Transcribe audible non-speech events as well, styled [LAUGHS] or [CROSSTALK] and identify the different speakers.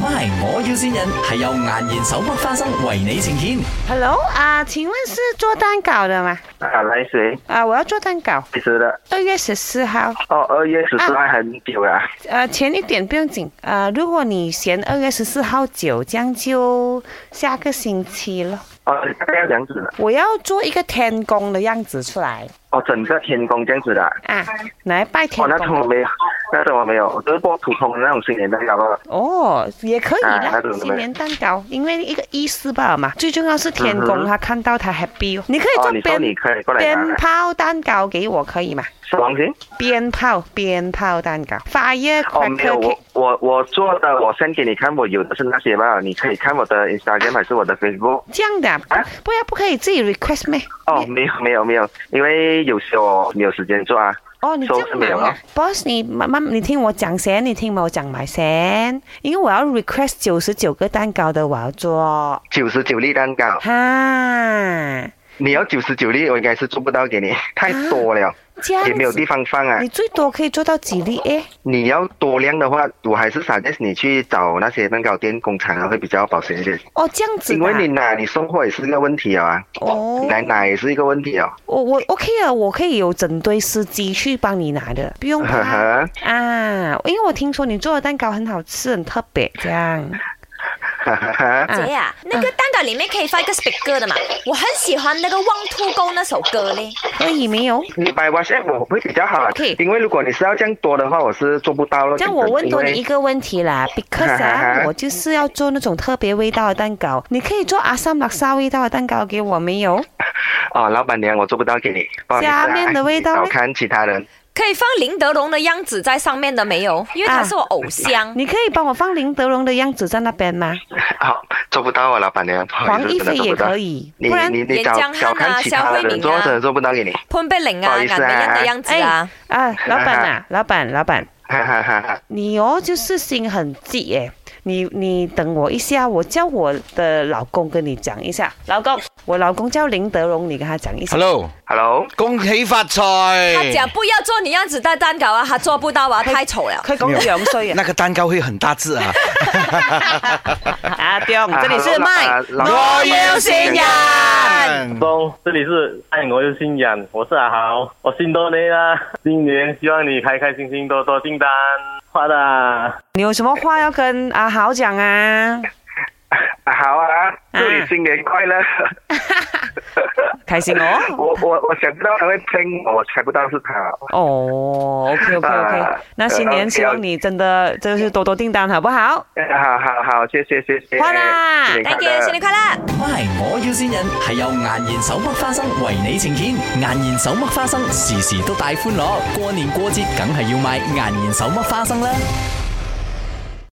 Speaker 1: MY，我要先人係由顏然手剝花生為你呈現。
Speaker 2: Hello 啊，请问是做蛋糕的吗？
Speaker 3: 啊，来谁？
Speaker 2: 啊，我要做蛋糕，
Speaker 3: 几时的？
Speaker 2: 二月十四号，
Speaker 3: 哦，二月十四号很久了。
Speaker 2: 呃，前一点不用紧，呃，如果你嫌二月十四号久，这样就下个星期了。
Speaker 3: 哦，大概要这样子的。
Speaker 2: 我要做一个天宫的样子出来
Speaker 3: 哦，整个天宫这样子的。
Speaker 2: 啊，来拜天
Speaker 3: 哦，那种我
Speaker 2: 宫。
Speaker 3: 没有，那种我没有，我都是播普通的那种新年蛋糕了。
Speaker 2: 哦，也可以
Speaker 3: 啊
Speaker 2: 啦
Speaker 3: 那，种
Speaker 2: 新年蛋糕，因为一个意思吧嘛，最重要是天宫
Speaker 3: 嗯哼
Speaker 2: 他看到他 happy 哦。你可以
Speaker 3: 哦，
Speaker 2: 做
Speaker 3: 你说
Speaker 2: 鞭
Speaker 3: 你可以过来拿
Speaker 2: 鞭。炮蛋糕给我，可以吗？
Speaker 3: 什么东西？
Speaker 2: 鞭炮鞭炮蛋糕，fire
Speaker 3: 哦，没有，
Speaker 2: cracker cake
Speaker 3: 我。我我做的，我先给你看，我有的是那些吧，你可以看我的 Instagram 还是我的 Facebook。
Speaker 2: 这样的啊、
Speaker 3: 啊
Speaker 2: 不要不可以自己 request 咩？
Speaker 3: 哦，
Speaker 2: 你
Speaker 3: 没有没有没有，因为有些我没有时间做啊。
Speaker 2: 哦，你这
Speaker 3: 收拾
Speaker 2: 样
Speaker 3: 没有
Speaker 2: 忙啊
Speaker 3: 啊
Speaker 2: ，boss，你慢慢你听我讲先，你听我讲埋先，因为我要 request 九十九个蛋糕的，我要做
Speaker 3: 九十九粒蛋糕，
Speaker 2: 哈，
Speaker 3: 你要九十九粒，我应该是做不到给你，太多了，
Speaker 2: 这样
Speaker 3: 也没有地
Speaker 2: 子，
Speaker 3: 方放啊。
Speaker 2: 你最多可以做到几粒诶？
Speaker 3: 你要多量的话，我还是 suggest 你去找那些蛋糕店、工厂啊，会比较保险一点。
Speaker 2: 哦，这样子
Speaker 3: 因
Speaker 2: 的
Speaker 3: 为
Speaker 2: 啊，
Speaker 3: 你拿你送货也是一个问题啊，
Speaker 2: 哦
Speaker 3: 你，来拿也是一个问题哦。
Speaker 2: 我我 OK 啊，我可以有整堆司机去帮你拿的，不用怕
Speaker 3: 哈
Speaker 2: 啊，因为我听说你做的蛋糕很好吃，很特别，这样
Speaker 3: 哈哈哈，
Speaker 2: 啊
Speaker 4: 姐啊，那
Speaker 3: 嗯
Speaker 4: 个蛋糕里面可以放一个 speaker 的嘛？我很喜欢那个《One Two Go》那首歌嘞。
Speaker 2: 可以没有？
Speaker 3: [LAUGHS] 你买 WhatsApp 我会比较好啊
Speaker 2: OK
Speaker 3: 因为如果你是要这样多的话，我是做不到了。，
Speaker 2: 这样我问多你一个问题啦，because 啊
Speaker 3: [LAUGHS]
Speaker 2: 我就是要做那种特别味道的蛋糕，你可以做阿萨姆拉沙味道的蛋糕给我没有？
Speaker 3: 哦，老板娘，我做不到给你，不好意思、啊。
Speaker 2: 下面的味道呢
Speaker 3: 你找看其他人。 [LAUGHS]
Speaker 4: 可以放林德龙的样子在上面的没有？因为他是我偶
Speaker 3: 嗯啊
Speaker 4: 像。
Speaker 2: 你可以帮我放林德荣的样子在那边吗？
Speaker 3: 好、做不到啊，老板娘，不好意
Speaker 2: 黄
Speaker 3: 思，
Speaker 2: 一
Speaker 3: 真的
Speaker 2: 菲
Speaker 3: 做
Speaker 2: 也
Speaker 3: 不到
Speaker 2: 可。以，
Speaker 3: 你
Speaker 2: 不然
Speaker 3: 你你
Speaker 4: 严
Speaker 3: 找
Speaker 4: 江汉
Speaker 3: 找
Speaker 4: 啊
Speaker 3: 看其他
Speaker 4: 肖慧
Speaker 3: 人
Speaker 4: 敏
Speaker 3: 做，
Speaker 4: 啊
Speaker 3: 真的做不到给你。 [LAUGHS]
Speaker 4: 潘贝玲
Speaker 3: 不
Speaker 4: 啊，
Speaker 3: 好意
Speaker 4: 颜
Speaker 3: 思啊
Speaker 4: 美欣的样子啊，
Speaker 2: 啊，老板
Speaker 3: [LAUGHS]
Speaker 2: 啊，老板老板，
Speaker 3: 哈哈哈哈。
Speaker 2: 你哦就是心很急耶。你你等我一下，我叫我的老公跟你讲一下。老公，我老公叫林德荣，你跟他讲一下。
Speaker 5: Hello，
Speaker 3: Hello，
Speaker 5: 恭喜发财！
Speaker 3: 哎
Speaker 4: 他讲不要做你样子的蛋糕啊，他做不到啊，太丑了。
Speaker 3: 哎
Speaker 2: 佢讲样衰啊！
Speaker 5: 那个蛋糕会很大字啊！
Speaker 2: 啊，对，这里
Speaker 3: 啊
Speaker 2: 是麦，
Speaker 3: [LAUGHS] 老老
Speaker 2: 我要新人。
Speaker 1: 嗯
Speaker 6: 东，这里是爱我又信仰，我是阿豪，我信多内啦。新年希望你开开心心，多多订单，发达。
Speaker 2: 你有什么话要跟阿豪讲啊？
Speaker 3: 好啊，祝你新年快乐！
Speaker 2: 开心
Speaker 3: [LAUGHS]
Speaker 2: 哦。
Speaker 3: 我我我想不到他会听，我猜不到是他。
Speaker 2: 哦，OK OK OK，
Speaker 3: 啊
Speaker 2: 那新年
Speaker 3: 呃
Speaker 2: 希望你真的就是多多订单，好不好？
Speaker 3: 好好好，谢谢谢谢，
Speaker 2: 快啦
Speaker 3: 新年快
Speaker 4: Thank
Speaker 3: 乐
Speaker 4: you，新年快乐！
Speaker 1: MY，我要先人係由顏然手剝花生為你呈現。顏然手剝花生時時都大歡樂，過年過節梗係要買顏然手剝花生啦。